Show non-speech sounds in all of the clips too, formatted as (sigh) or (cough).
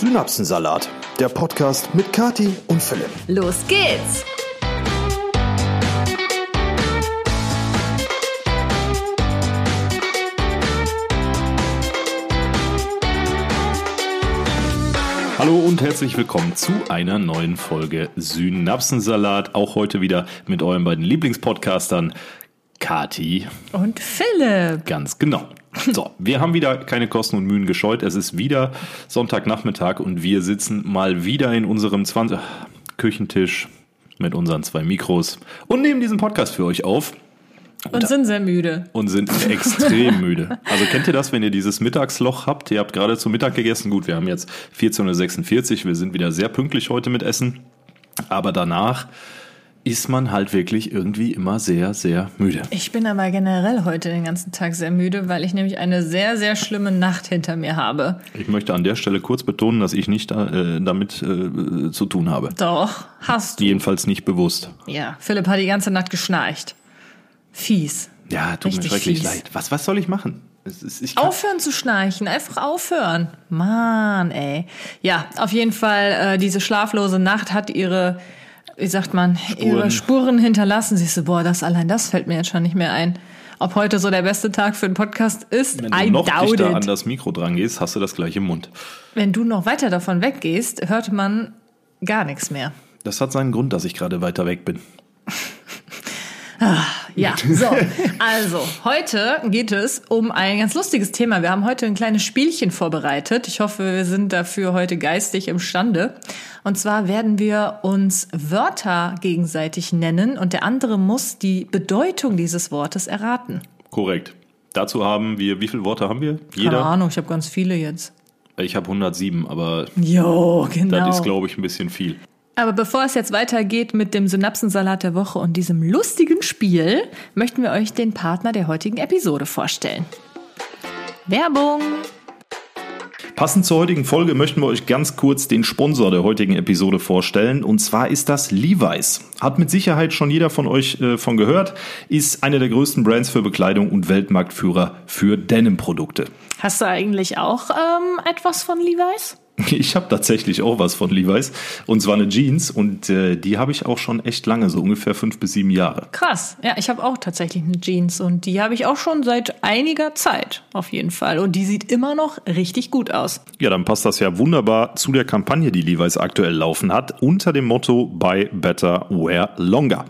Synapsensalat, der Podcast mit Kati und Philipp. Los geht's! Hallo und herzlich willkommen zu einer neuen Folge Synapsensalat. Auch heute wieder mit euren beiden Lieblingspodcastern, Kati. Und Philipp. Ganz genau. So, wir haben wieder keine Kosten und Mühen gescheut. Es ist wieder Sonntagnachmittag und wir sitzen mal wieder in unserem 20 Ach, Küchentisch mit unseren zwei Mikros und nehmen diesen Podcast für euch auf Und sind sehr müde. und sind (laughs) extrem müde. Also kennt ihr das, wenn ihr dieses Mittagsloch habt? Ihr habt gerade zu Mittag gegessen. Gut, wir haben jetzt 14.46 Uhr. Wir sind wieder sehr pünktlich heute mit Essen. Aber danach ist man halt wirklich irgendwie immer sehr, sehr müde. Ich bin aber generell heute den ganzen Tag sehr müde, weil ich nämlich eine sehr, sehr schlimme Nacht hinter mir habe. Ich möchte an der Stelle kurz betonen, dass ich nicht äh, damit äh, zu tun habe. Doch, hast du. Jedenfalls nicht bewusst. Ja, Philipp hat die ganze Nacht geschnarcht. Fies. Ja, tut Richtig mir schrecklich fies. leid. Was, was soll ich machen? Es ist, ich kann, Aufhören zu schnarchen, einfach aufhören. Mann, ey. Ja, auf jeden Fall, äh, diese schlaflose Nacht hat ihre, wie sagt man, ihre Spuren hinterlassen. Siehst du, boah, das allein, das fällt mir jetzt schon nicht mehr ein. Ob heute so der beste Tag für einen Podcast ist, wenn I du noch doubt dichter an it. das Mikro dran gehst, hast du das gleich im Mund. Wenn du noch weiter davon weggehst, hört man gar nichts mehr. Das hat seinen Grund, dass ich gerade weiter weg bin. Ja, (laughs) so. Also, heute geht es um ein ganz lustiges Thema. Wir haben heute ein kleines Spielchen vorbereitet. Ich hoffe, wir sind dafür heute geistig imstande. Und zwar werden wir uns Wörter gegenseitig nennen und der andere muss die Bedeutung dieses Wortes erraten. Korrekt. Dazu haben wir, wie viele Worte haben wir? Keine Jeder? Ahnung, ich habe ganz viele jetzt. Ich habe 107, aber Jo, genau. das ist, glaube ich, ein bisschen viel. Aber bevor es jetzt weitergeht mit dem Synapsensalat der Woche und diesem lustigen Spiel, möchten wir euch den Partner der heutigen Episode vorstellen. Werbung! Passend zur heutigen Folge möchten wir euch ganz kurz den Sponsor der heutigen Episode vorstellen. Und zwar ist das Levi's. Hat mit Sicherheit schon jeder von euch äh, von gehört. Ist eine der größten Brands für Bekleidung und Weltmarktführer für Denim-Produkte. (laughs) Hast du eigentlich auch ähm, etwas von Levi's? Ich habe tatsächlich auch was von Levi's. Und zwar eine Jeans. Und äh, die habe ich auch schon echt lange, so ungefähr fünf bis sieben Jahre. Krass. Ja, ich habe auch tatsächlich eine Jeans und die habe ich auch schon seit einiger Zeit auf jeden Fall. Und die sieht immer noch richtig gut aus. Ja, dann passt das ja wunderbar zu der Kampagne, die Levi's aktuell laufen hat, unter dem Motto Buy Better, Wear Longer.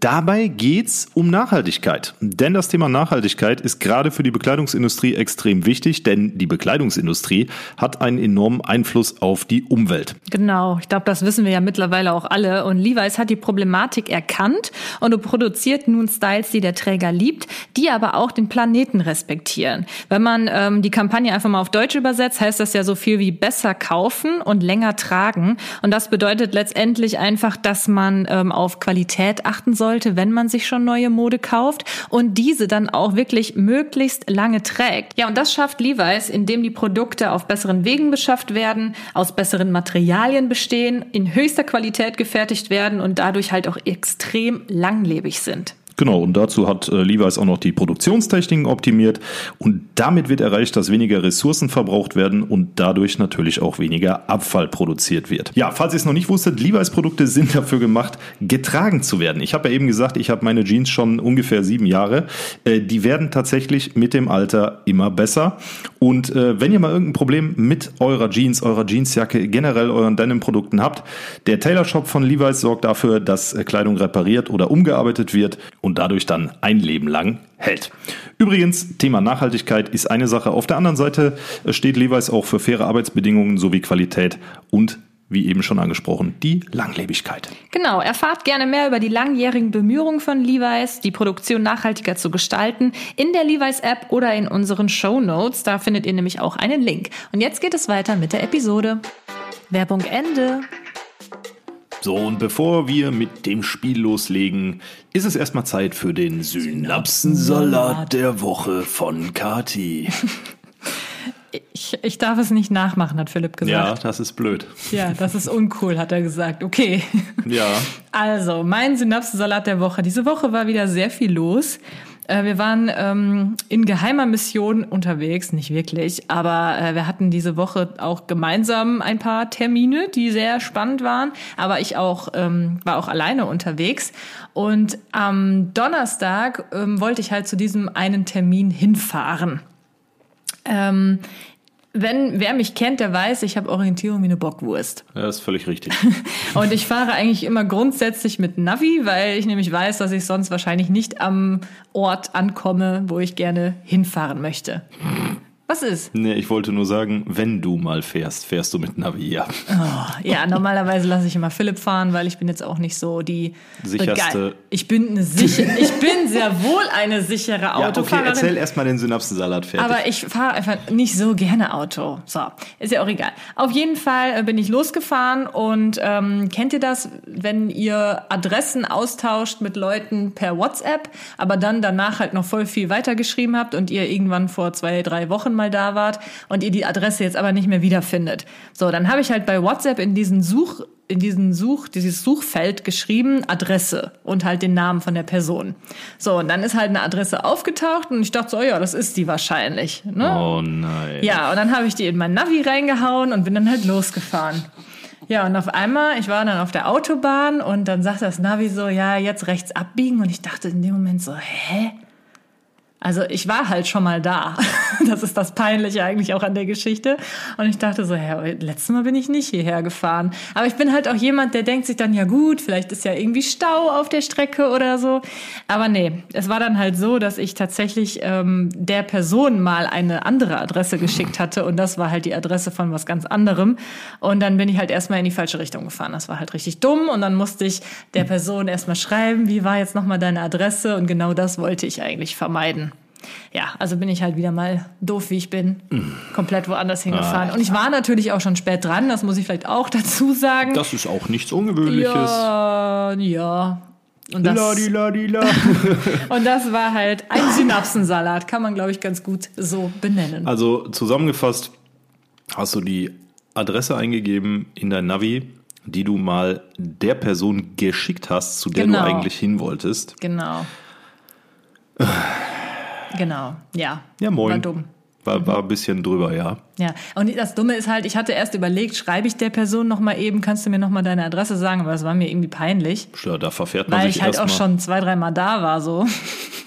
Dabei geht's um Nachhaltigkeit. Denn das Thema Nachhaltigkeit ist gerade für die Bekleidungsindustrie extrem wichtig, denn die Bekleidungsindustrie hat einen enormen Einfluss auf die Umwelt. Genau, ich glaube, das wissen wir ja mittlerweile auch alle. Und Levi's hat die Problematik erkannt und produziert nun Styles, die der Träger liebt, die aber auch den Planeten respektieren. Wenn man ähm, die Kampagne einfach mal auf Deutsch übersetzt, heißt das ja so viel wie besser kaufen und länger tragen. Und das bedeutet letztendlich einfach, dass man ähm, auf Qualität achten sollte, wenn man sich schon neue Mode kauft und diese dann auch wirklich möglichst lange trägt. Ja, und das schafft Levi's, indem die Produkte auf besseren Wegen beschafft werden, aus besseren Materialien bestehen, in höchster Qualität gefertigt werden und dadurch halt auch extrem langlebig sind. Genau, und dazu hat äh, Levi's auch noch die Produktionstechniken optimiert und damit wird erreicht, dass weniger Ressourcen verbraucht werden und dadurch natürlich auch weniger Abfall produziert wird. Ja, falls ihr es noch nicht wusstet, Levi's Produkte sind dafür gemacht, getragen zu werden. Ich habe ja eben gesagt, ich habe meine Jeans schon ungefähr sieben Jahre. Äh, die werden tatsächlich mit dem Alter immer besser und äh, wenn ihr mal irgendein Problem mit eurer Jeans, eurer Jeansjacke, generell euren Denim-Produkten habt, der Taylor Shop von Levi's sorgt dafür, dass äh, Kleidung repariert oder umgearbeitet wird und dadurch dann ein Leben lang hält. Übrigens, Thema Nachhaltigkeit ist eine Sache. Auf der anderen Seite äh, steht Levi's auch für faire Arbeitsbedingungen sowie Qualität und wie eben schon angesprochen, die Langlebigkeit. Genau, erfahrt gerne mehr über die langjährigen Bemühungen von Levi's, die Produktion nachhaltiger zu gestalten, in der Levi's App oder in unseren Show Notes. Da findet ihr nämlich auch einen Link. Und jetzt geht es weiter mit der Episode. Werbung Ende. So, und bevor wir mit dem Spiel loslegen, ist es erstmal Zeit für den Synapsensalat der Woche von Kati. Ich, ich darf es nicht nachmachen, hat Philipp Ja, gesagt. das ist blöd. Ja, das ist uncool, hat er gesagt. Okay. (laughs) Ja. Also, mein Synapsensalat der Woche. Diese Woche war wieder sehr viel los. Äh, Wir waren ähm, in geheimer Mission unterwegs, nicht wirklich, aber äh, wir hatten diese Woche auch gemeinsam ein paar Termine, die sehr spannend waren. Aber ich auch ähm, war auch alleine unterwegs. Und am Donnerstag ähm, wollte ich halt zu diesem einen Termin hinfahren. Ähm, wenn wer mich kennt, der weiß, ich habe Orientierung wie eine Bockwurst. Das ist völlig richtig. Und ich fahre eigentlich immer grundsätzlich mit Navi, weil ich nämlich weiß, dass ich sonst wahrscheinlich nicht am Ort ankomme, wo ich gerne hinfahren möchte. Was ist? Nee, ich wollte nur sagen, wenn du mal fährst, fährst du mit Navi, ja. (laughs) Ja, normalerweise lasse ich immer Philipp fahren, weil ich bin jetzt auch nicht so die Sicherste. Begei- Ich bin eine sicher, ich bin sehr wohl eine sichere Ja, okay, Autofahrerin. erzähl erstmal den Synapsensalat fertig. Aber ich fahre einfach nicht so gerne Auto. So, ist ja auch egal. Auf jeden Fall äh, bin ich losgefahren und ähm, kennt ihr das, wenn ihr Adressen austauscht mit Leuten per WhatsApp, aber dann danach halt noch voll viel weitergeschrieben habt und ihr irgendwann vor zwei, drei Wochen mal da wart und ihr die Adresse jetzt aber nicht mehr wiederfindet. So, dann habe ich halt bei WhatsApp in diesen Such in diesen Such, dieses Suchfeld geschrieben, Adresse und halt den Namen von der Person. So, und dann ist halt eine Adresse aufgetaucht und ich dachte so, oh ja, das ist die wahrscheinlich. Ne? oh nein. Ja, und dann habe ich die in mein Navi reingehauen und bin dann halt losgefahren. Ja, und auf einmal, ich war dann auf der Autobahn und dann sagt das Navi so, ja, jetzt rechts abbiegen. Und ich dachte in dem Moment so, hä? Also ich war halt schon mal da. (laughs) Das ist das Peinliche eigentlich auch an der Geschichte. Und ich dachte so, hä, letztes Mal bin ich nicht hierher gefahren. Aber ich bin halt auch jemand, der denkt sich dann, ja gut, vielleicht ist ja irgendwie Stau auf der Strecke oder so. Aber nee, es war dann halt so, dass ich tatsächlich ähm, der Person mal eine andere Adresse geschickt hatte. Und das war halt die Adresse von was ganz anderem. Und dann bin ich halt erstmal in die falsche Richtung gefahren. Das war halt richtig dumm. Und dann musste ich der Person erstmal schreiben, wie war jetzt nochmal deine Adresse? Und genau das wollte ich eigentlich vermeiden. Ja, also bin ich halt wieder mal doof, wie ich bin, komplett woanders hingefahren. Und ich war natürlich auch schon spät dran, das muss ich vielleicht auch dazu sagen. Das ist auch nichts Ungewöhnliches. ja, ja. Und das, Ladidadila. und das war halt ein Synapsensalat, kann man, glaube ich, ganz gut so (laughs) benennen. Also zusammengefasst hast du die Adresse eingegeben in dein Navi, die du mal der Person geschickt hast, zu der Genau. du eigentlich hin wolltest. Genau. Genau, ja. Ja, moin. War dumm. Mhm. War, war ein bisschen drüber, ja. Ja, und das Dumme ist halt, ich hatte erst überlegt, schreibe ich der Person nochmal eben, kannst du mir nochmal deine Adresse sagen, aber das war mir irgendwie peinlich. Ja, Da verfährt man Weil sich ich halt auch erstmal. schon zwei, dreimal da war, so.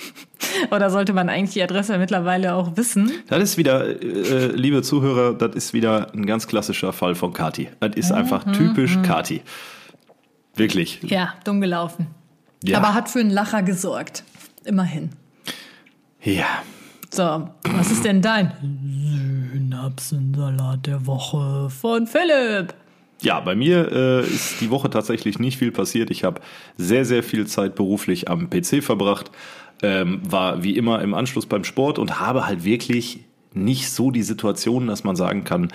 (laughs) Oder sollte man eigentlich die Adresse mittlerweile auch wissen? Das ist wieder, äh, liebe Zuhörer, das ist wieder ein ganz klassischer Fall von Kati. Das ist einfach typisch Kati. Wirklich. Ja, dumm gelaufen. Ja. Aber hat für einen Lacher gesorgt. Immerhin. Ja. So, was ist denn dein Synapsensalat der Woche von Philipp? Ja, bei mir äh, ist die Woche tatsächlich nicht viel passiert. Ich habe sehr, sehr viel Zeit beruflich am PC verbracht, ähm, war wie immer im Anschluss beim Sport und habe halt wirklich nicht so die Situation, dass man sagen kann,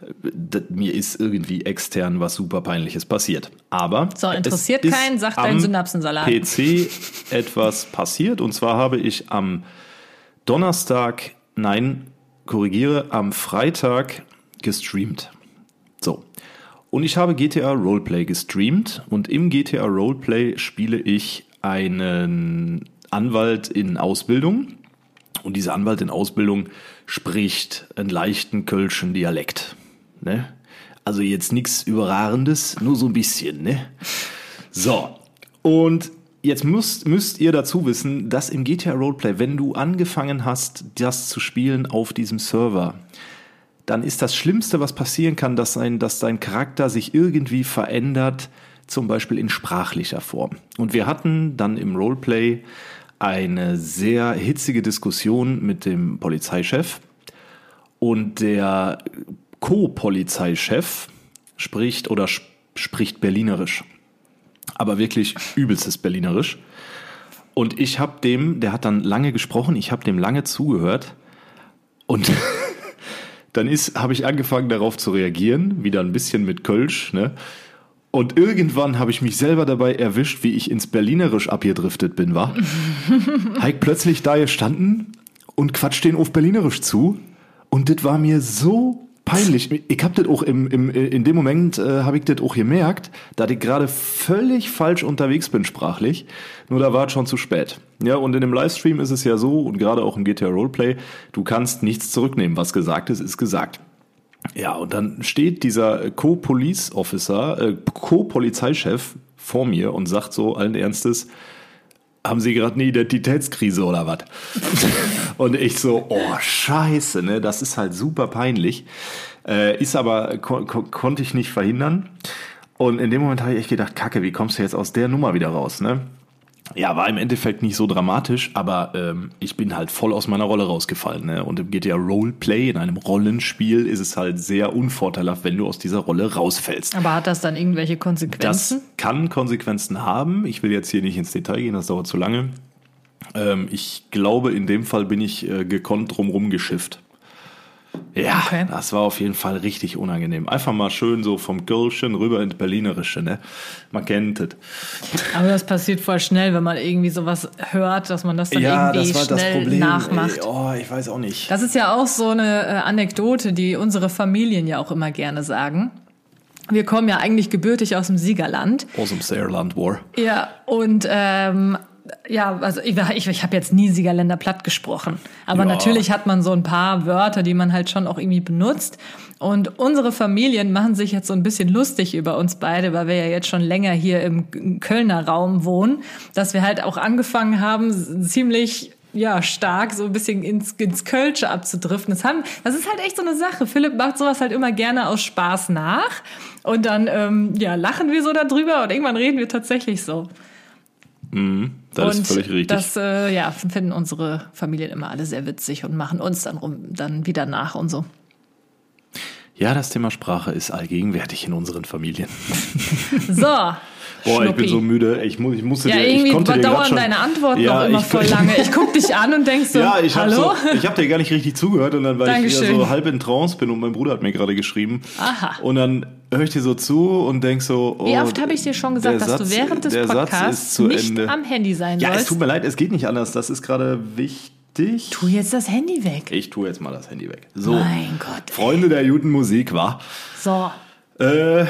äh, d- mir ist irgendwie extern was super peinliches passiert. Aber So, interessiert es ist keinen, sagt dein am Synapsensalat. PC etwas passiert und zwar habe ich am Donnerstag, nein, korrigiere, am Freitag gestreamt. So. Und ich habe GTA Roleplay gestreamt und im GTA Roleplay spiele ich einen Anwalt in Ausbildung. Und dieser Anwalt in Ausbildung spricht einen leichten kölschen Dialekt. Ne? Also jetzt nichts Überragendes, nur so ein bisschen. Ne? So, und jetzt müsst, müsst ihr dazu wissen, dass im GTA Roleplay, wenn du angefangen hast, das zu spielen auf diesem Server, dann ist das Schlimmste, was passieren kann, dass, ein, dass dein Charakter sich irgendwie verändert, zum Beispiel in sprachlicher Form. Und wir hatten dann im Roleplay eine sehr hitzige Diskussion mit dem Polizeichef und der Co-Polizeichef spricht oder sp spricht Berlinerisch aber wirklich übelstes Berlinerisch. Und ich habe dem, der hat dann lange gesprochen, ich habe dem lange zugehört und dann ist, habe ich angefangen darauf zu reagieren, wieder ein bisschen mit Kölsch, ne? Und irgendwann habe ich mich selber dabei erwischt, wie ich ins Berlinerisch abgedriftet bin, war. Heik plötzlich da gestanden und quatscht den auf Berlinerisch zu. Und Und das war mir so peinlich. Ich hab das auch im, im, in dem Moment äh, habe ich das auch gemerkt, da ich gerade völlig falsch unterwegs bin sprachlich. Nur da war es schon zu spät. Ja, und in dem Livestream ist es ja so und gerade auch im GTA Roleplay, du kannst nichts zurücknehmen, was gesagt ist, ist gesagt. Ja, und dann steht dieser Co-Police Officer, äh, Co-Polizeichef vor mir und sagt so allen Ernstes, haben Sie gerade eine Identitätskrise oder was? und ich so, oh Scheiße, ne, das ist halt super peinlich. Äh, ist aber ko ko konnte ich nicht verhindern. Und in dem Moment habe ich echt gedacht, Kacke, wie kommst du jetzt aus der Nummer wieder raus, ne? Ja, war im Endeffekt nicht so dramatisch, aber ähm, ich bin halt voll aus meiner Rolle rausgefallen. Ne? Und im GTA Roleplay, in einem Rollenspiel, ist es halt sehr unvorteilhaft, wenn du aus dieser Rolle rausfällst. Aber hat das dann irgendwelche Das Konsequenzen? kann Konsequenzen haben. Ich will jetzt hier nicht ins Detail gehen, das dauert zu lange. Ähm, ich glaube, in dem Fall bin ich äh, gekonnt drumrum geschifft. Ja, Okay. das war auf jeden Fall richtig unangenehm. Einfach mal schön so vom Kölschen rüber ins Berlinerische, ne? Man kennt es. Aber das passiert voll schnell, wenn man irgendwie sowas hört, dass man das dann irgendwie schnell nachmacht. Ey, oh, ich weiß auch nicht. Das ist ja auch so eine äh, Anekdote, die unsere Familien ja auch immer gerne sagen. Wir kommen ja eigentlich gebürtig aus dem Siegerland. Aus dem Saarland War. Ja, und ähm, ja, also ich, war- ich, ich habe jetzt nie Siegerländer platt gesprochen. Aber Ja. natürlich hat man so ein paar Wörter, die man halt schon auch irgendwie benutzt. Und unsere Familien machen sich jetzt so ein bisschen lustig über uns beide, weil wir ja jetzt schon länger hier im Kölner Raum wohnen, dass wir halt auch angefangen haben, s- ziemlich ja, stark so ein bisschen ins, ins Kölsche abzudriften. Das, haben, das ist halt echt so eine Sache. Philipp macht sowas halt immer gerne aus Spaß nach. Und dann, ähm, ja, lachen wir so darüber und irgendwann reden wir tatsächlich so. Das und ist völlig richtig. Das, äh, ja, finden unsere Familien immer alle sehr witzig und machen uns dann rum, dann wieder nach und so. ja, das Thema Sprache ist allgegenwärtig in unseren Familien. (laughs) So. Boah, ich Schnuppi. bin so müde. Ich, muss, ich musste ja, dir, irgendwie ich konnte dir grad dauern schon, deine Antworten Ja, noch immer ich- voll lange. Ich guck dich an und denk (laughs) so, Ja, ich habe hallo? so, ich hab dir gar nicht richtig zugehört und dann, weil ich wieder Dankeschön. so halb in Trance bin und mein Bruder hat mir gerade geschrieben. Aha. Und dann höre ich dir so zu und denk so. Oh, Wie oft habe ich dir schon gesagt, der dass du Satz- während des der Satz ist Podcasts zu nicht Ende. am Handy sein Ja, es sollst? tut mir leid, es geht nicht anders. Das ist gerade wichtig. Tu Oh, jetzt das Handy weg. Ich tue jetzt mal das Handy weg. So. Mein Gott. Freunde der guten Musik, war. So, Äh,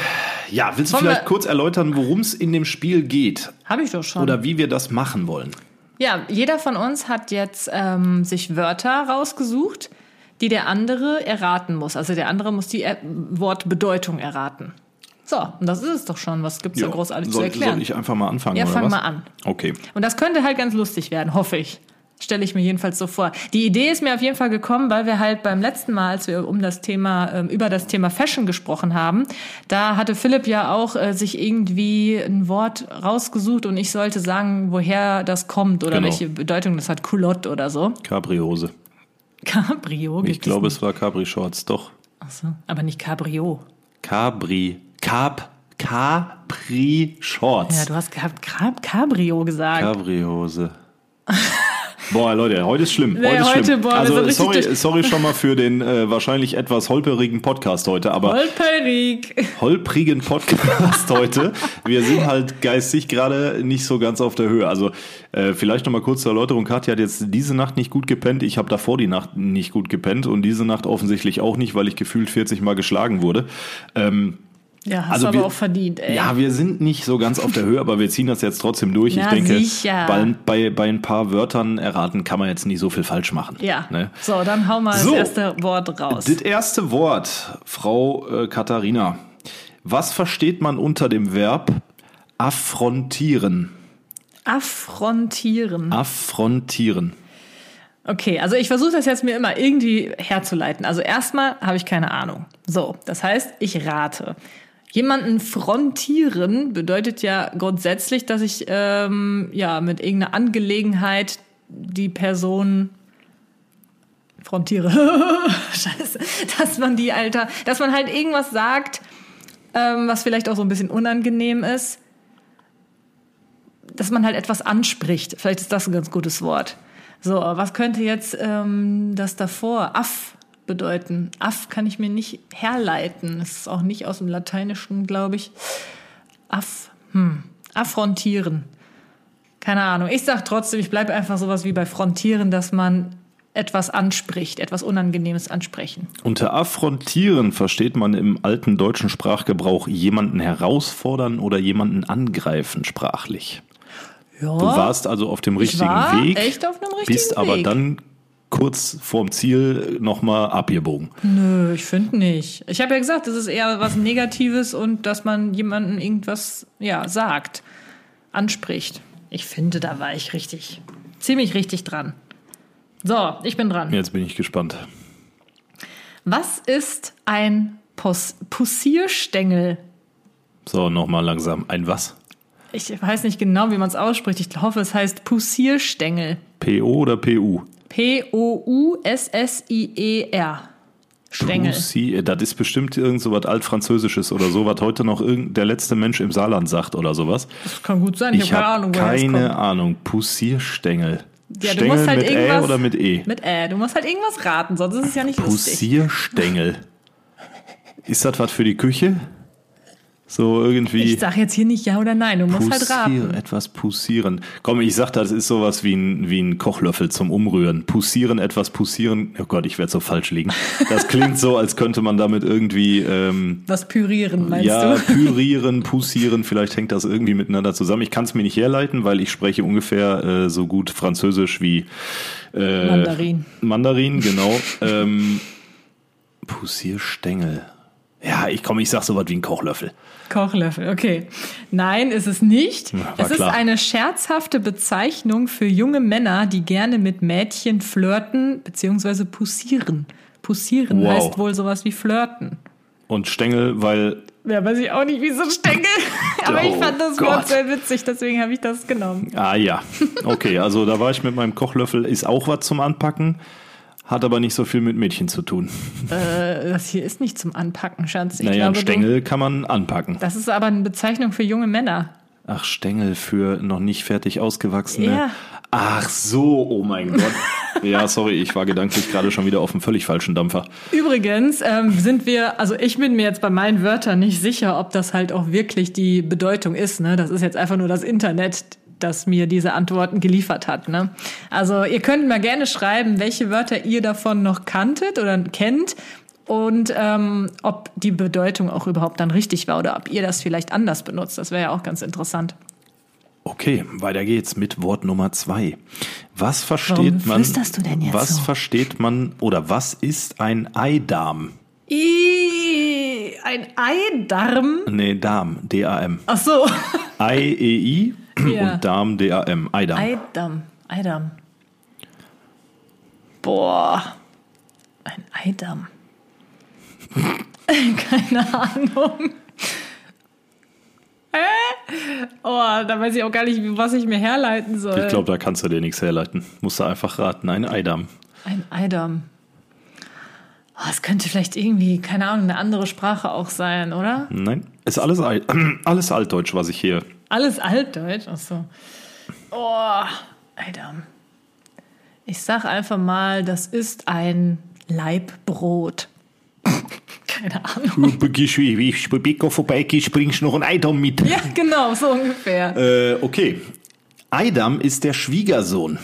ja, willst du Wollen vielleicht wir- kurz erläutern, worum es in dem Spiel geht habe ich doch schon. oder wie wir das machen wollen? Ja, jeder von uns hat jetzt ähm, sich Wörter rausgesucht, die der andere erraten muss. Also der andere muss die äh, Wortbedeutung erraten. So, und das ist es doch schon. Was gibt's Ja. da großartig soll, zu erklären? Soll ich einfach mal anfangen? Ja, oder fang was? mal an. Okay. Und das könnte halt ganz lustig werden, hoffe ich. Stelle ich mir jedenfalls so vor. Die Idee ist mir auf jeden Fall gekommen, weil wir halt beim letzten Mal, als wir um das Thema, ähm, über das Thema Fashion gesprochen haben, da hatte Philipp ja auch äh, sich irgendwie ein Wort rausgesucht und ich sollte sagen, woher das kommt oder Genau. welche Bedeutung das hat, Culotte oder so. Cabrihose. Cabrio gibt Ich glaube, es war Cabri Shorts, doch. es. Achso, aber nicht Cabrio. Cabri. Cab. Capri Ja, Shorts. du hast gehabt Cab Cabrio gesagt. Cabri Hose. (laughs) Boah, Leute, heute ist schlimm. Heute Nee, ist heute, schlimm. boah, wir sind also richtig sorry, durch- sorry schon mal für den äh, wahrscheinlich etwas holperigen Podcast heute, aber Holperig. holprigen Podcast (laughs) heute. Wir sind halt geistig gerade nicht so ganz auf der Höhe. Also äh, vielleicht nochmal kurz zur Erläuterung. Katja hat jetzt diese Nacht nicht gut gepennt. Ich habe davor die Nacht nicht gut gepennt und diese Nacht offensichtlich auch nicht, weil ich gefühlt 40 Mal geschlagen wurde. Ähm, Ja, hast Also du aber wir- auch verdient, ey. ja, wir sind nicht so ganz auf der Höhe, aber wir ziehen das jetzt trotzdem durch. Na, ich denke, sicher. Bei, bei, bei ein paar Wörtern erraten kann man jetzt nicht so viel falsch machen. Ja. Ne? So, dann hau mal So. das erste Wort raus. Das erste Wort, Frau äh, Katharina. Was versteht man unter dem Verb affrontieren? Affrontieren. Affrontieren. Okay, also ich versuche das jetzt mir immer irgendwie herzuleiten. Also erstmal habe ich keine Ahnung. So, das heißt, ich rate. Jemanden frontieren bedeutet ja grundsätzlich, dass ich ähm, ja mit irgendeiner Angelegenheit die Person frontiere. (laughs) Scheiße, dass man die Alter, dass man halt irgendwas sagt, ähm, was vielleicht auch so ein bisschen unangenehm ist, dass man halt etwas anspricht. Vielleicht ist das ein ganz gutes Wort. So, aber was könnte jetzt ähm, das davor aff bedeuten? Aff kann ich mir nicht herleiten. Das ist auch nicht aus dem Lateinischen, glaube ich. Aff, hm. affrontieren. Keine Ahnung. Ich sag trotzdem, ich bleibe einfach sowas wie bei frontieren, dass man etwas anspricht, etwas Unangenehmes ansprechen. Unter affrontieren versteht man im alten deutschen Sprachgebrauch jemanden herausfordern oder jemanden angreifen sprachlich. Ja, Du warst also auf dem richtigen Oh. war Weg, echt auf einem richtigen bist aber Weg. dann kurz vorm Ziel nochmal abgebogen. nö, ich finde nicht. Ich habe ja gesagt, das ist eher was Negatives und dass man jemandem irgendwas ja, sagt, anspricht. Ich finde, da war ich richtig, ziemlich richtig dran. So, ich bin dran. Jetzt bin ich gespannt. Was ist ein Pos Pussierstängel? So, nochmal langsam. Ein was? Ich weiß nicht genau, wie man es ausspricht. Ich hoffe, es heißt Pussierstängel. PO oder PU? P-O-U-S-S-I-E-R. E Stängel. Pussy, äh, das ist bestimmt irgend so was altfranzösisches oder so, was heute noch irgend der letzte Mensch im Saarland sagt oder sowas. Das kann gut sein. Ich, Ich habe keine habe Ahnung, woher das keine kommt. Ahnung. Pussierstängel. Ja, du Stängel musst halt mit Ä irgendwas- oder mit E? Mit äh, du musst halt irgendwas raten, sonst ist es ja nicht lustig. Pussierstängel. Ist das was für die Küche? So irgendwie Ich sag jetzt hier nicht ja oder nein, du musst halt Pussieren, raten. etwas pussieren. Komm, ich sag, das ist sowas wie ein, wie ein Kochlöffel zum Umrühren. Pussieren, etwas pussieren. Oh Gott, ich werde so falsch liegen. Das klingt so, als könnte man damit irgendwie... Ähm, Was pürieren, meinst ja, du? (laughs) pürieren, pussieren, vielleicht hängt das irgendwie miteinander zusammen. Ich kann es mir nicht herleiten, weil ich spreche ungefähr äh, so gut Französisch wie äh, Mandarin. Mandarin, genau. (laughs) ähm, Pussierstängel. Ja, ich komme, ich sag sowas wie ein Kochlöffel. Kochlöffel, okay. Nein, ist es nicht. Ja, war es ist klar. eine scherzhafte Bezeichnung für junge Männer, die gerne mit Mädchen flirten bzw. pussieren. Pussieren Wow. heißt wohl sowas wie flirten. Und Stängel, weil Ja, weiß ich auch nicht, wieso Stängel. (laughs) Aber ich Oh fand das Gott. Wort sehr witzig, deswegen habe ich das genommen. Ah ja, okay, also da war ich mit meinem Kochlöffel, ist auch was zum Anpacken, hat aber nicht so viel mit Mädchen zu tun. Äh, das hier ist nicht zum Anpacken, Schatz. Ich naja, einen glaube, du, Stängel kann man anpacken. das ist aber eine Bezeichnung für junge Männer. Ach, Stängel für noch nicht fertig ausgewachsene. Ja. Ach so, oh mein Gott. Ja, sorry, ich war gedanklich gerade schon wieder auf dem völlig falschen Dampfer. Übrigens ähm, sind wir, also ich bin mir jetzt bei meinen Wörtern nicht sicher, ob das halt auch wirklich die Bedeutung ist. Ne? Das ist jetzt einfach nur das Internet, das mir diese Antworten geliefert hat. Ne? Also ihr könnt mal gerne schreiben, welche Wörter ihr davon noch kanntet oder kennt und ähm, ob die Bedeutung auch überhaupt dann richtig war oder ob ihr das vielleicht anders benutzt. Das wäre ja auch ganz interessant. Okay, weiter geht's mit Wort Nummer zwei. Was versteht Warum man? flüsterst du denn jetzt was so? versteht man oder was ist ein Eidarm? I, ein Eidarm. Nee, Darm, (laughs) D-A-M. Ach so, I-E-I Ja. E und Darm, D-A-M. Eidarm. Eidam, Eidam. Boah, ein Eidam. (laughs) Keine Ahnung. Hä? Oh, da weiß ich auch gar nicht, was ich mir herleiten soll. Ich glaube, da kannst du dir nichts herleiten. Musst du einfach raten. Ein Eidarm. Ein Eidam. Oh, es könnte vielleicht irgendwie, keine Ahnung, eine andere Sprache auch sein, oder? Nein? Ist alles, Ei- (clears throat) alles Altdeutsch, was ich hier. Alles Altdeutsch, ach so. Oh, Eidam. Ich sag einfach mal, das ist ein Leibbrot. (laughs) Keine Ahnung. (laughs) Ich Beko vorbeigehe, bringst noch ein Eidarm mit. Ja, genau, so ungefähr. Äh, okay. Eidam ist der Schwiegersohn.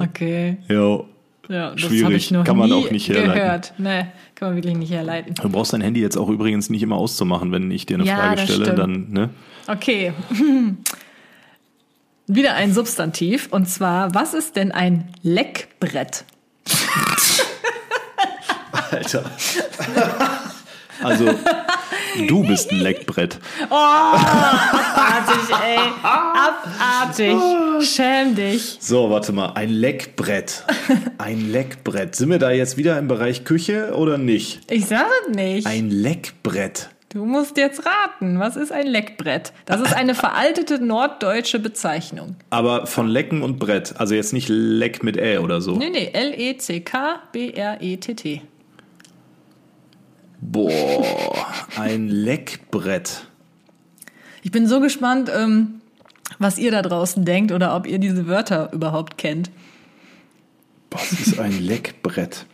Okay. Ja. Ja, das habe Schwierig, ich noch kann man nie auch nicht herleiten. gehört. Nee, kann man wirklich nicht herleiten. Du brauchst dein Handy jetzt auch übrigens nicht immer auszumachen, wenn ich dir eine Ja, Frage das stelle. stimmt. Dann, ne? Okay. (laughs) Wieder ein Substantiv und zwar, was ist denn ein Leckbrett? Alter. (laughs) also, du bist ein Leckbrett. Abartig, ey. Ah. Abartig. Schäm dich. So, warte mal. Ein Leckbrett. Ein Leckbrett. Sind wir da jetzt wieder im Bereich Küche oder nicht? Ich sage nicht. Ein Leckbrett. Du musst jetzt raten, was ist ein Leckbrett? Das ist eine veraltete norddeutsche Bezeichnung. Aber von Lecken und Brett. Also jetzt nicht Leck mit Ä oder so. Nee, E nee, L-E-C-K-B-R-E-T-T. Boah, ein Leckbrett. Ich bin so gespannt, ähm, was ihr da draußen denkt oder ob ihr diese Wörter überhaupt kennt. Was ist ein Leckbrett?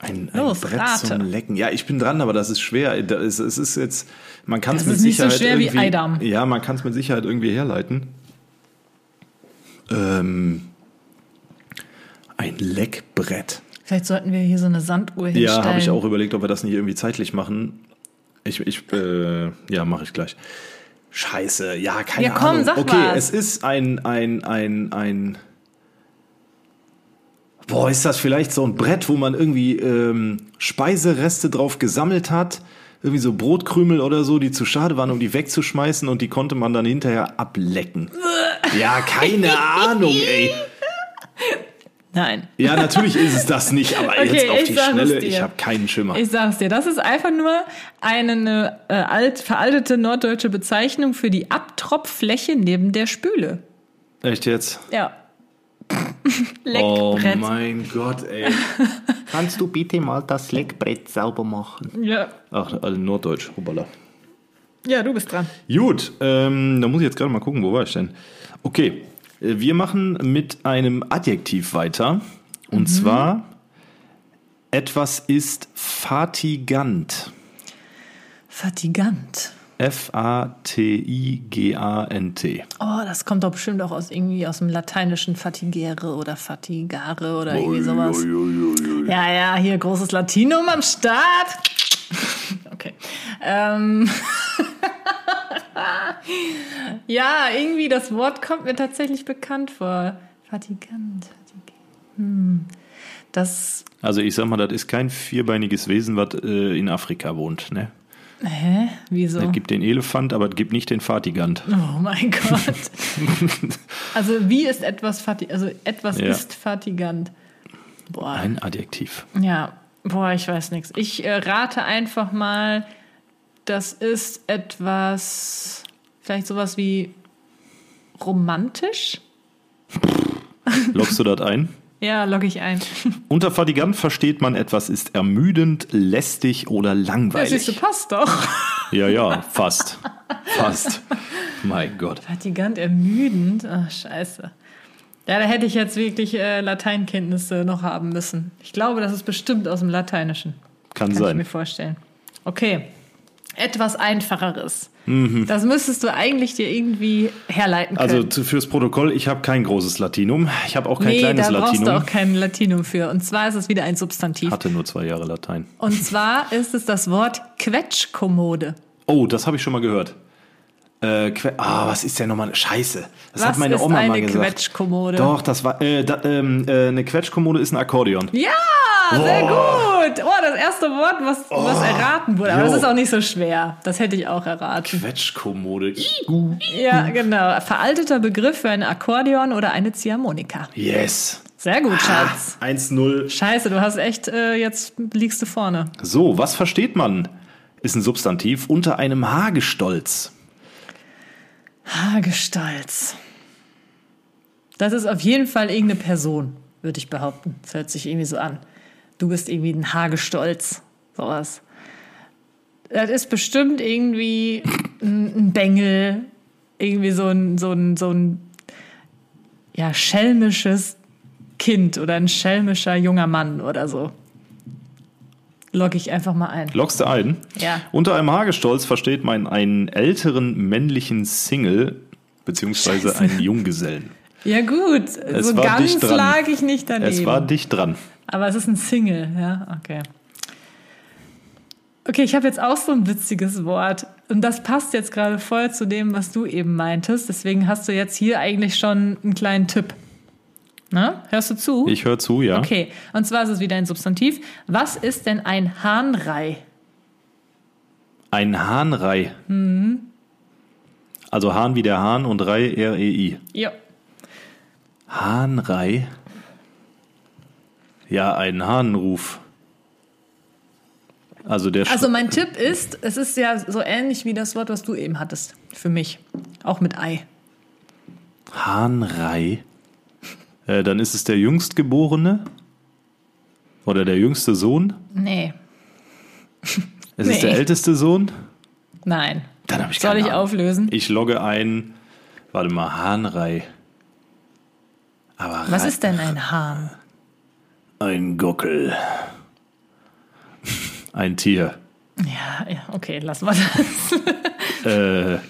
Ein, ein Los, Brett rate. zum Lecken. Ja, ich bin dran, aber das ist schwer. Da ist- Es ist jetzt, man kann es Das mit ist nicht so Sicherheit schwer wie irgendwie, Eidam. Ja, man kann es mit Sicherheit irgendwie herleiten. ähm, ein Leckbrett. Vielleicht sollten wir hier so eine Sanduhr hinstellen. Ja, habe ich auch überlegt, ob wir das nicht irgendwie zeitlich machen. Ich, ich, äh, ja, mache ich gleich. Scheiße, ja, keine Ja, komm, Ahnung. sag okay, was. es ist ein, ein, ein, ein. Boah, ist das vielleicht so ein Brett, wo man irgendwie ähm, Speisereste drauf gesammelt hat? Irgendwie so Brotkrümel oder so, die zu schade waren, um die wegzuschmeißen und die konnte man dann hinterher ablecken. Ja, (laughs) keine Ahnung, ey. Nein. Ja, natürlich ist es das nicht, aber Okay, jetzt auf ich die sag es Schnelle, dir. ich habe keinen Schimmer. Ich sag's dir, das ist einfach nur eine äh, alt, veraltete norddeutsche Bezeichnung für die Abtropffläche neben der Spüle. Echt jetzt? Ja. (laughs) Leckbrett. Oh mein Gott, ey. Kannst du bitte mal das Leckbrett sauber machen? ja. Ach, alle Norddeutsch, hoppala. ja, du bist dran. Gut, ähm, da muss ich jetzt gerade mal gucken, wo war ich denn? Okay, äh, wir machen mit einem Adjektiv weiter. Und zwar, etwas ist fatigant. Fatigant. F-A-T-I-G-A-N-T. Oh, das kommt doch bestimmt auch aus irgendwie aus dem lateinischen fatigere oder fatigare oder irgendwie sowas. Ja, ja, hier großes Latinum am Start. (laughs) Okay. Ähm. (laughs) ja, irgendwie das Wort kommt mir tatsächlich bekannt vor. Fatigant. fatig- Hm. Das. Also ich sag mal, das ist kein vierbeiniges Wesen, was äh, in Afrika wohnt. Ne? Hä? Wieso? Es gibt den Elefant, aber es gibt nicht den Fatigant. (laughs) Oh mein Gott. (laughs) also wie ist etwas fatig? Also etwas Ja. ist fatigant. Boah. Ein Adjektiv. Ja, boah, ich weiß nichts. Ich äh, rate einfach mal, das ist etwas, vielleicht sowas wie romantisch. Lockst du das ein? Ja, logge (laughs) ich ein. Unter fatigant versteht man, etwas ist ermüdend, lästig oder Das siehst du, langweilig. passt doch. (laughs) Ja, ja, fast. Fast. Mein Gott. Fatigant ermüdend. Ach, scheiße. Ja, da hätte ich jetzt wirklich äh, Lateinkenntnisse noch haben müssen. Ich glaube, das ist bestimmt aus dem Lateinischen. Kann, Kann ich mir sein. vorstellen. Okay. Etwas einfacheres. Das müsstest du eigentlich dir irgendwie herleiten können. Mhm. Also zu, fürs Protokoll, ich habe kein großes Latinum. Ich habe auch kein nee, kleines da brauchst du Latinum. auch kein Latinum für. Und zwar ist es wieder ein Substantiv. Hatte nur zwei Jahre Latein. Und zwar ist es das Wort Quetschkommode. Oh, das habe ich schon mal gehört. Äh, Que- ah, was ist denn nochmal? Scheiße. Das Was hat meine ist Oma mal eine gesagt. Quetschkommode? Doch, das war äh, da, ähm, äh, eine Quetschkommode ist ein Akkordeon. Ja, Ah, sehr gut. Oh, das erste Wort, was, was erraten wurde. Aber Oh. Jo. das ist auch nicht so schwer. Das hätte ich auch erraten. Quetschkommode. Ih, Hm. Ja, genau. Veralteter Begriff für ein Akkordeon oder eine Ziehharmonika. Yes. Sehr Ah. gut, Schatz. 1-0. Scheiße, du hast echt, äh, jetzt liegst du vorne. So, was versteht man? Ist ein Substantiv unter einem Hagestolz. Hagestolz. Das ist auf jeden Fall irgendeine Person, würde ich behaupten. Das hört sich irgendwie so an. Du bist irgendwie ein Hagestolz. Sowas. Das ist bestimmt irgendwie ein, ein Bengel. Irgendwie so ein, so ein, so ein ja, schelmisches Kind oder ein schelmischer junger Mann oder so. Logge ich einfach mal ein. Lockst du ein? Ja. Unter einem Hagestolz versteht man einen älteren männlichen Single beziehungsweise einen Junggesellen. Ja, gut. so war ganz dicht dran. lag ich nicht daneben. Es war dicht dran. Aber es ist ein Single, ja, okay. Okay, ich habe jetzt auch so ein witziges Wort. Und das passt jetzt gerade voll zu dem, was du eben meintest. Deswegen hast du jetzt hier eigentlich schon einen kleinen Tipp. Na, hörst du zu? Ich höre zu, ja. okay, und zwar ist es wieder ein Substantiv. Was ist denn ein Hahnrei? Ein Hahnrei. Mhm. Also Hahn wie der Hahn und Rei R-E-I. Ja. Hahnrei. Ja, ein Hahnruf. Also der Also mein Tipp ist, es ist ja so ähnlich wie das Wort, was du eben hattest. Für mich. Auch mit Ei. Hahnrei. Äh, dann ist es der Jüngstgeborene oder der jüngste Sohn. Nee. Es ist Nee. der älteste Sohn. Nein. Dann habe ich Soll keine ich Ahnung. auflösen? Ich logge ein. Warte mal, Hahnrei. Aber Was Rei- ist denn ein Hahn? ein Gockel? Ein Tier. Ah, Ja, ja, Äh, okay, lassen wir das.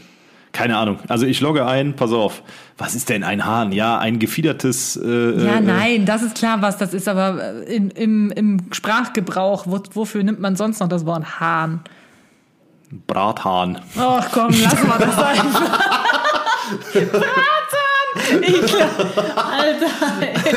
Keine Ahnung. Also ich logge ein. Pass auf. was ist denn ein Hahn? Ja, ein gefiedertes. Äh, Ja, äh, nein, das ist klar, was das ist, aber in, im, im Sprachgebrauch, wo, wofür nimmt man sonst noch das Wort Hahn? Brathahn. Ach komm, lass mal das einfach. (laughs) Satan! Ich glaub, Alter. ey.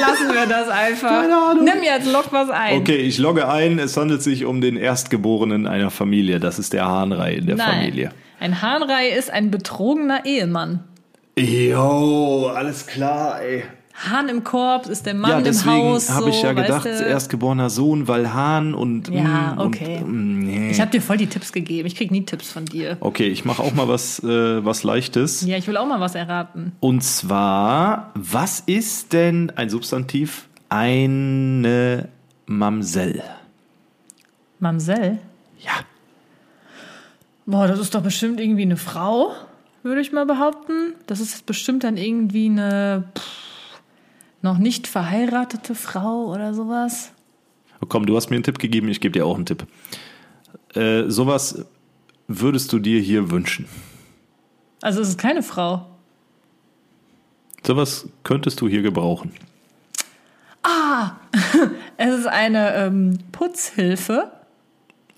Lassen wir das einfach. Keine Ahnung. Nimm jetzt, lock was ein. Okay, ich logge ein. Es handelt sich um den Erstgeborenen einer Familie. Das ist der Hahnrei in der Nein. Familie. Ein Hahnrei ist ein betrogener Ehemann. Jo, alles klar, ey. Hahn im Korb ist der Mann ja, im deswegen Haus. habe so, ich ja gedacht, weißt du? erstgeborener Sohn, weil Hahn und. Ja, mm, okay. Und, mm, nee. Ich habe dir voll die Tipps gegeben. Ich krieg nie Tipps von dir. okay, ich mache auch mal was, äh, was Leichtes. Ja, ich will auch mal was erraten. Und zwar, was ist denn ein Substantiv? Eine Mamsell. Mamsell? Ja. Boah, das ist doch bestimmt irgendwie eine Frau, würde ich mal behaupten. Das ist bestimmt dann irgendwie eine pff, noch nicht verheiratete Frau oder sowas. Oh, komm, du hast mir einen Tipp gegeben, ich gebe dir auch einen Tipp. Äh, sowas würdest du dir hier wünschen. Also es ist keine Frau. Sowas könntest du hier gebrauchen. Es ist eine ähm, Putzhilfe.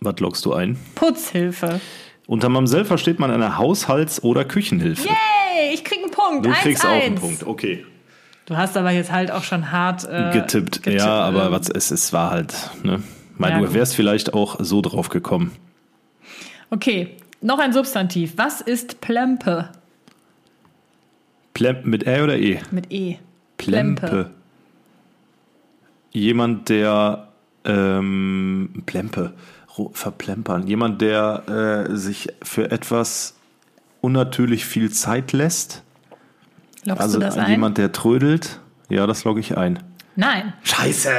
Was lockst du ein? Putzhilfe. Unter Mamsell versteht man eine Haushalts- oder Küchenhilfe. Hey, ich krieg einen Punkt. Du 1, kriegst 1. auch einen Punkt, okay. Du hast aber jetzt halt auch schon hart äh, Getippt. ja, aber ähm, was, es, es war halt, ne? Mein, Ja, du gut. wärst vielleicht auch so drauf gekommen. Okay, noch ein Substantiv. Was ist Plempe Plem mit R oder E? mit E? Plempe. Plempe. Jemand, der ähm, Plempe, Ru- verplempern. Jemand, der äh, sich für etwas unnatürlich viel Zeit lässt. Lockst Also du das ein? jemand, der trödelt. Ja, das logge ich ein. Nein. Scheiße!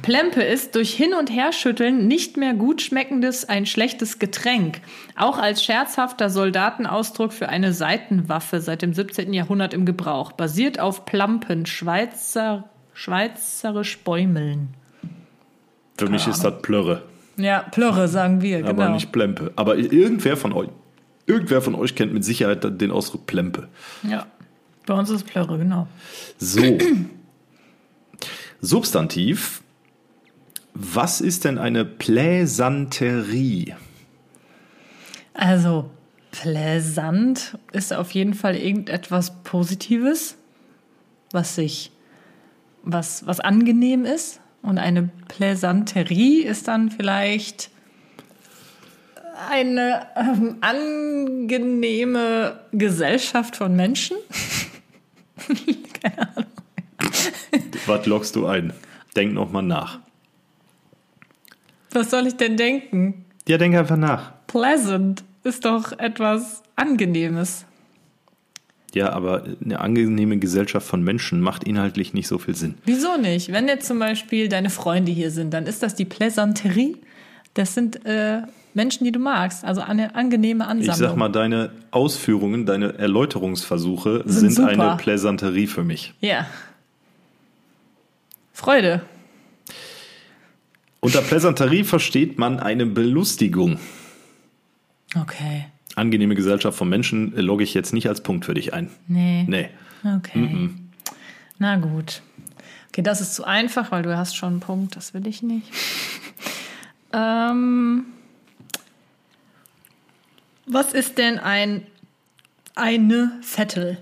Plempe ist durch Hin- und Herschütteln nicht mehr gut schmeckendes, ein schlechtes Getränk. Auch als scherzhafter Soldatenausdruck für eine Seitenwaffe seit dem 17. Jahrhundert im Gebrauch. Basiert auf Plampen, Schweizer, schweizerisch Bäumeln. Für mich ist das Plörre, Ja, Plörre sagen wir, genau. aber nicht Plempe. Aber irgendwer von euch, irgendwer von euch kennt mit Sicherheit den Ausdruck Plempe. Ja. Bei uns ist Plörre, genau. So. (clears throat) Substantiv. Was ist denn eine Pläsanterie? Also, pläsant ist auf jeden Fall irgendetwas Positives, was sich, was, was angenehm ist. Und eine Pläsanterie ist dann vielleicht eine ähm, angenehme Gesellschaft von Menschen. Was lockst du ein? Denk nochmal nach. Was soll ich denn denken? Ja, denk einfach nach. Pleasant ist doch etwas Angenehmes. Ja, aber eine angenehme Gesellschaft von Menschen macht inhaltlich nicht so viel Sinn. Wieso nicht? Wenn jetzt zum Beispiel deine Freunde hier sind, dann ist das die Plaisanterie. Das sind äh, Menschen, die du magst, also eine angenehme Ansammlung. Ich sag mal, deine Ausführungen, deine Erläuterungsversuche Sind sind, super. eine Pläsanterie für mich. Ja. Freude. Unter Pläsanterie versteht man eine Belustigung. Okay. Angenehme Gesellschaft von Menschen äh, logge ich jetzt nicht als Punkt für dich ein. Nee. Nee. Okay. Na gut. Okay, das ist zu einfach, weil du hast schon einen Punkt, das will (laughs) ich nicht. ähm, was ist denn ein eine Vettel?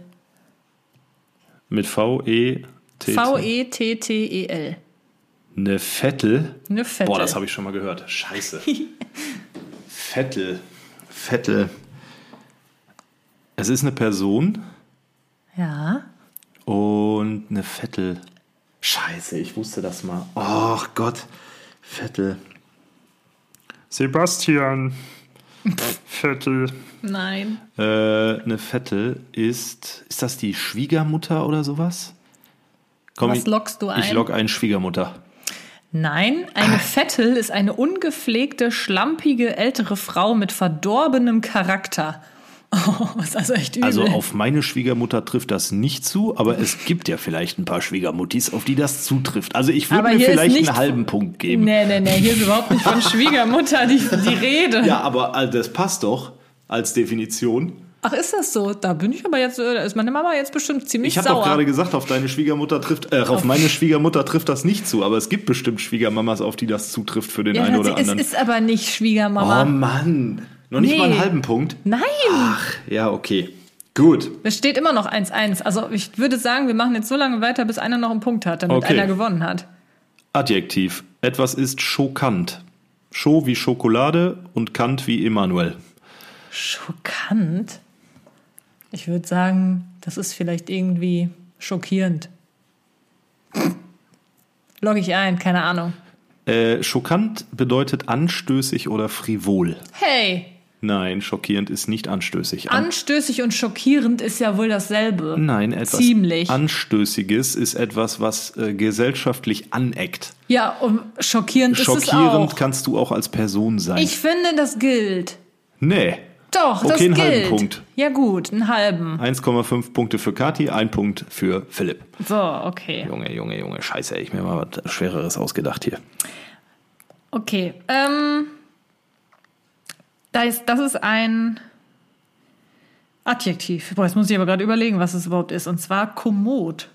Mit E, V-E-T-T. E. V-E-T-T-E-L. Eine Vettel. Eine Vettel. Boah, das habe ich schon mal gehört. (laughs) Scheiße. Vettel. Vettel. Es ist eine Person Ja. und eine Vettel. Scheiße, ich wusste das mal. Och Gott. Vettel. Sebastian Vettel. Nein. Äh, eine Vettel ist. Ist das die Schwiegermutter oder sowas? Komm, Was ich, lockst du ein? Ich log ein Schwiegermutter. Nein, eine Vettel ist eine ungepflegte, schlampige ältere Frau mit verdorbenem Charakter. (laughs) Oh, ist also echt übel. Also auf meine Schwiegermutter trifft das nicht zu, aber es gibt ja vielleicht ein paar Schwiegermuttis, auf die das zutrifft. Also ich würde Aber mir hier ist vielleicht nicht- einen halben Punkt geben. nee, nee, nee, hier ist überhaupt nicht von Schwiegermutter die, die Rede. Ja, aber also das passt doch als Definition. Ach, ist das so? Da bin ich aber jetzt, äh, da ist meine Mama jetzt bestimmt ziemlich Ich habe sauer. doch gerade gesagt, auf deine Schwiegermutter trifft, äh, auf meine Schwiegermutter trifft das nicht zu, aber es gibt bestimmt Schwiegermamas, auf die das zutrifft für den ja, einen oder es anderen. ist aber nicht Schwiegermama. oh Mann, noch nicht mal Nee. einen halben Punkt. Nein, Ach, ja, okay. Gut. es steht immer noch 1-1. Also ich würde sagen, wir machen jetzt so lange weiter, bis einer noch einen Punkt hat, damit Okay. einer gewonnen hat. Adjektiv. Etwas ist schokant. Scho wie Schokolade und Kant wie Emanuel. Schockant? Ich würde sagen, das ist vielleicht irgendwie schockierend. Log ich ein, keine Ahnung. Äh, schokant bedeutet anstößig oder frivol. Hey, Nein, schockierend ist nicht anstößig. An- anstößig und schockierend ist ja wohl dasselbe. Nein, etwas Ziemlich. Anstößiges ist etwas, was äh, gesellschaftlich aneckt. Ja, und schockierend, ist es Schockierend auch. kannst du auch als Person sein. Ich finde, das gilt. nee. Doch, das Okay, einen gilt. halben Punkt. Ja gut, einen halben. 1,5 Punkte für Kati, ein Punkt für Philipp. So, okay. Junge, Junge, Junge, scheiße, ich mir mal was Schwereres ausgedacht hier. Okay, ähm, da ist, das ist ein Adjektiv. Boah, jetzt muss ich aber gerade überlegen, was es überhaupt ist. Und zwar Kommod.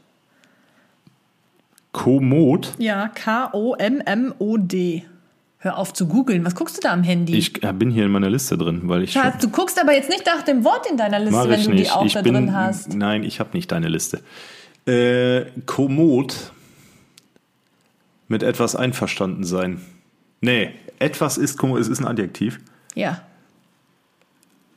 Kommod? Ja, K-O-M-M-O-D. Hör auf zu googeln. Was guckst du da am Handy? Ich äh, bin hier in meiner Liste drin, weil ich. Ja, du guckst aber jetzt nicht nach dem Wort in deiner Liste, Mach wenn ich du nicht. die auch ich da bin, drin hast. Nein, ich habe nicht deine Liste. Äh, Kommod. Mit etwas einverstanden sein. Nee, etwas ist kommod. Es ist ein Adjektiv. Ja,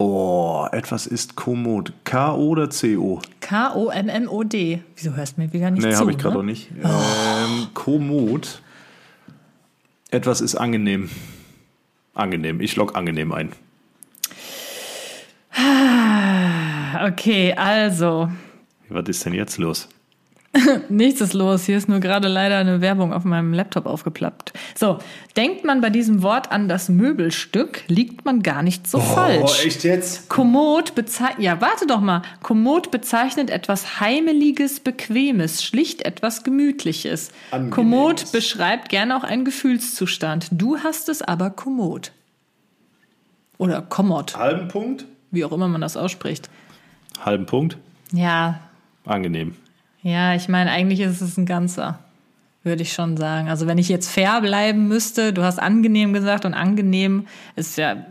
Oh, etwas ist kommod. K-O oder C-O? K-O-M-M-O-D. Wieso hörst du mir wieder nicht Nee, zu? habe ich gerade ne? noch nicht. Ähm, kommod. Etwas ist angenehm. Angenehm. Ich log angenehm ein. Okay, also, Was ist denn jetzt los? Nichts ist los. Hier ist nur gerade leider eine Werbung auf meinem Laptop aufgeplappt. So, denkt man bei diesem Wort an das Möbelstück, liegt man gar nicht so falsch. jetzt? Kommod bezeichnet, ja, warte doch mal. Kommod bezeichnet etwas Heimeliges, Bequemes, schlicht etwas Gemütliches. Angenehmes. Kommod beschreibt gerne auch einen Gefühlszustand. Du hast es aber kommod. Oder kommod, Halben Punkt? wie auch immer man das ausspricht. Halben Punkt. Ja, Angenehm. Ja, ich meine, eigentlich ist es ein ganzer, würde ich schon sagen. Also wenn ich jetzt fair bleiben müsste, du hast angenehm gesagt und angenehm ist ja,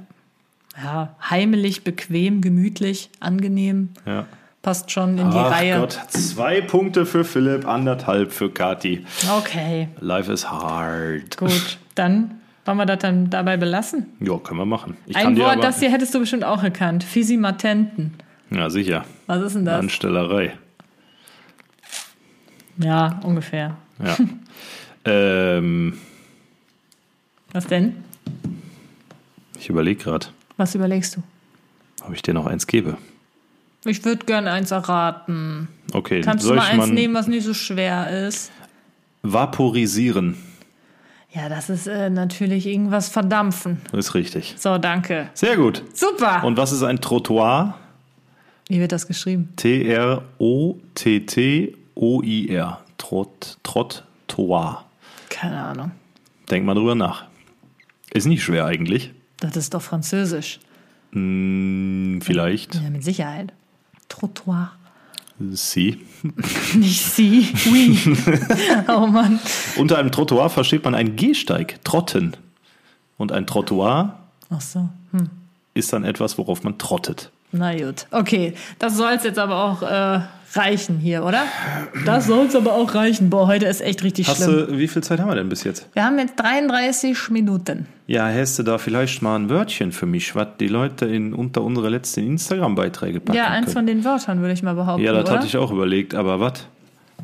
ja heimelig, bequem, gemütlich, angenehm. Ja. Passt schon in die Reihe. Gott, zwei Punkte für Philipp, anderthalb für Kati. Okay, Life is hard. gut. Dann wollen wir das dann dabei belassen. Ja, können wir machen. Ich Ein kann Wort, dir aber, das hier hättest du bestimmt auch erkannt. Fisimatenten. Ja, sicher. Was ist denn das? Anstellerei. Ja, ungefähr. Ja. (laughs) ähm, Was denn? ich überlege gerade, Was überlegst du? ob ich dir noch eins gebe. Ich würde gern eins erraten. Okay, Kannst soll du mal ich eins mal nehmen, was nicht so schwer ist? vaporisieren? Ja, das ist äh, natürlich irgendwas verdampfen. Ist richtig. So, danke. Sehr gut. Super. Und was ist ein Trottoir? Wie wird das geschrieben? T-R-O-T-T-O-I-R. Trott, Trottoir. Keine Ahnung. Denk mal drüber nach. Ist nicht schwer eigentlich. Das ist doch Französisch. Hm, Vielleicht. Ja, mit Sicherheit. Trottoir. (laughs) Sie. Nicht sie. (laughs) Oui. oh Mann. Unter einem Trottoir versteht man einen Gehsteig, Trotten. Und ein Trottoir Ach so. Hm. ist dann etwas, worauf man trottet. Na gut. Okay, das soll's jetzt aber auch äh, reichen hier, oder? Das soll's aber auch reichen. Boah, heute ist echt richtig Hast schlimm. du, wie viel Zeit haben wir denn bis jetzt? Wir haben jetzt 33 Minuten. Ja, hast du da vielleicht mal ein Wörtchen für mich, was die Leute in, unter unsere letzten Instagram-Beiträge packen Ja, eins können? von den Wörtern würde ich mal behaupten, Ah, Ja, das oder? hatte ich auch überlegt, aber was?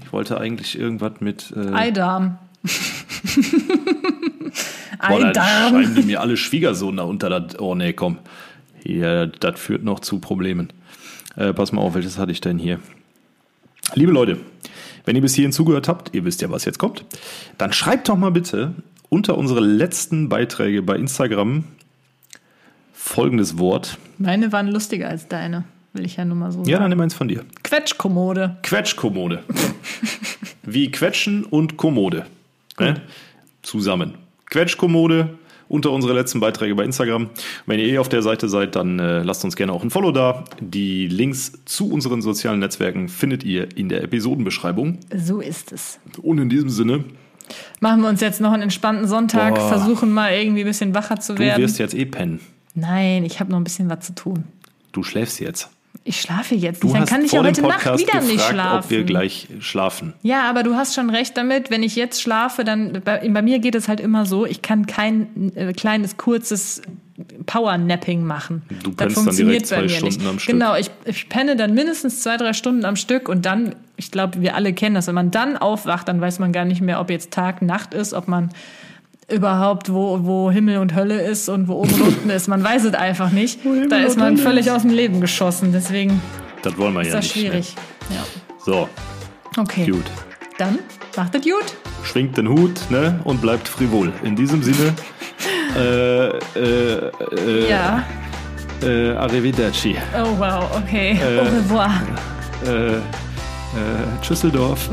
Ich wollte eigentlich irgendwas mit... Äh, Eidarm. boah, dann Eidarm. schreiben die mir alle Schwiegersohn da unter das... Oh, nee, komm. Ja, das führt noch zu Problemen. Äh, pass mal auf, welches hatte ich denn hier? Liebe Leute, wenn ihr bis hierhin zugehört habt, ihr wisst ja, was jetzt kommt, dann schreibt doch mal bitte unter unsere letzten Beiträge bei Instagram folgendes Wort. Meine waren lustiger als deine, will ich ja nur mal so Ja, dann sagen. nimm eins von dir. Quetschkommode. Quetschkommode. Wie Quetschen und Kommode. Ne? Zusammen. Quetschkommode unter unsere letzten Beiträge bei Instagram. Wenn ihr eh auf der Seite seid, dann äh, lasst uns gerne auch ein Follow da. Die Links zu unseren sozialen Netzwerken findet ihr in der Episodenbeschreibung. So ist es. Und in diesem Sinne, Machen wir uns jetzt noch einen entspannten Sonntag, Boah. versuchen mal irgendwie ein bisschen wacher zu du werden. wirst jetzt eh pennen. Nein, ich habe noch ein bisschen was zu tun. Du schläfst jetzt. Ich schlafe jetzt Du nicht, dann hast kann ich ja vor heute dem Podcast Nacht wieder gefragt, nicht schlafen. ob wir gleich schlafen. Ja, aber du hast schon recht damit. Wenn ich jetzt schlafe, dann bei, bei mir geht es halt immer so, ich kann kein äh, kleines, kurzes Powernapping machen. Du pennst dann direkt zwei Stunden am Stück. Genau, ich, ich penne dann mindestens zwei, drei Stunden am Stück und dann, ich glaube, wir alle kennen das, wenn man dann aufwacht, dann weiß man gar nicht mehr, ob jetzt Tag, Nacht ist, ob man überhaupt, wo, wo Himmel und Hölle ist und wo (laughs) oben und unten ist. Man weiß es einfach nicht. Da ist man völlig aus dem Leben geschossen. Deswegen Das wollen wir ist ja das nicht. schwierig. Ne? So, Ja. Okay. gut. Dann macht es gut. Schwingt den Hut ne? und bleibt frivol. In diesem Sinne, äh, äh, äh, Ja. äh, Arrivederci. (laughs) Oh wow, okay. Au revoir. Äh, äh, Tschüsseldorf.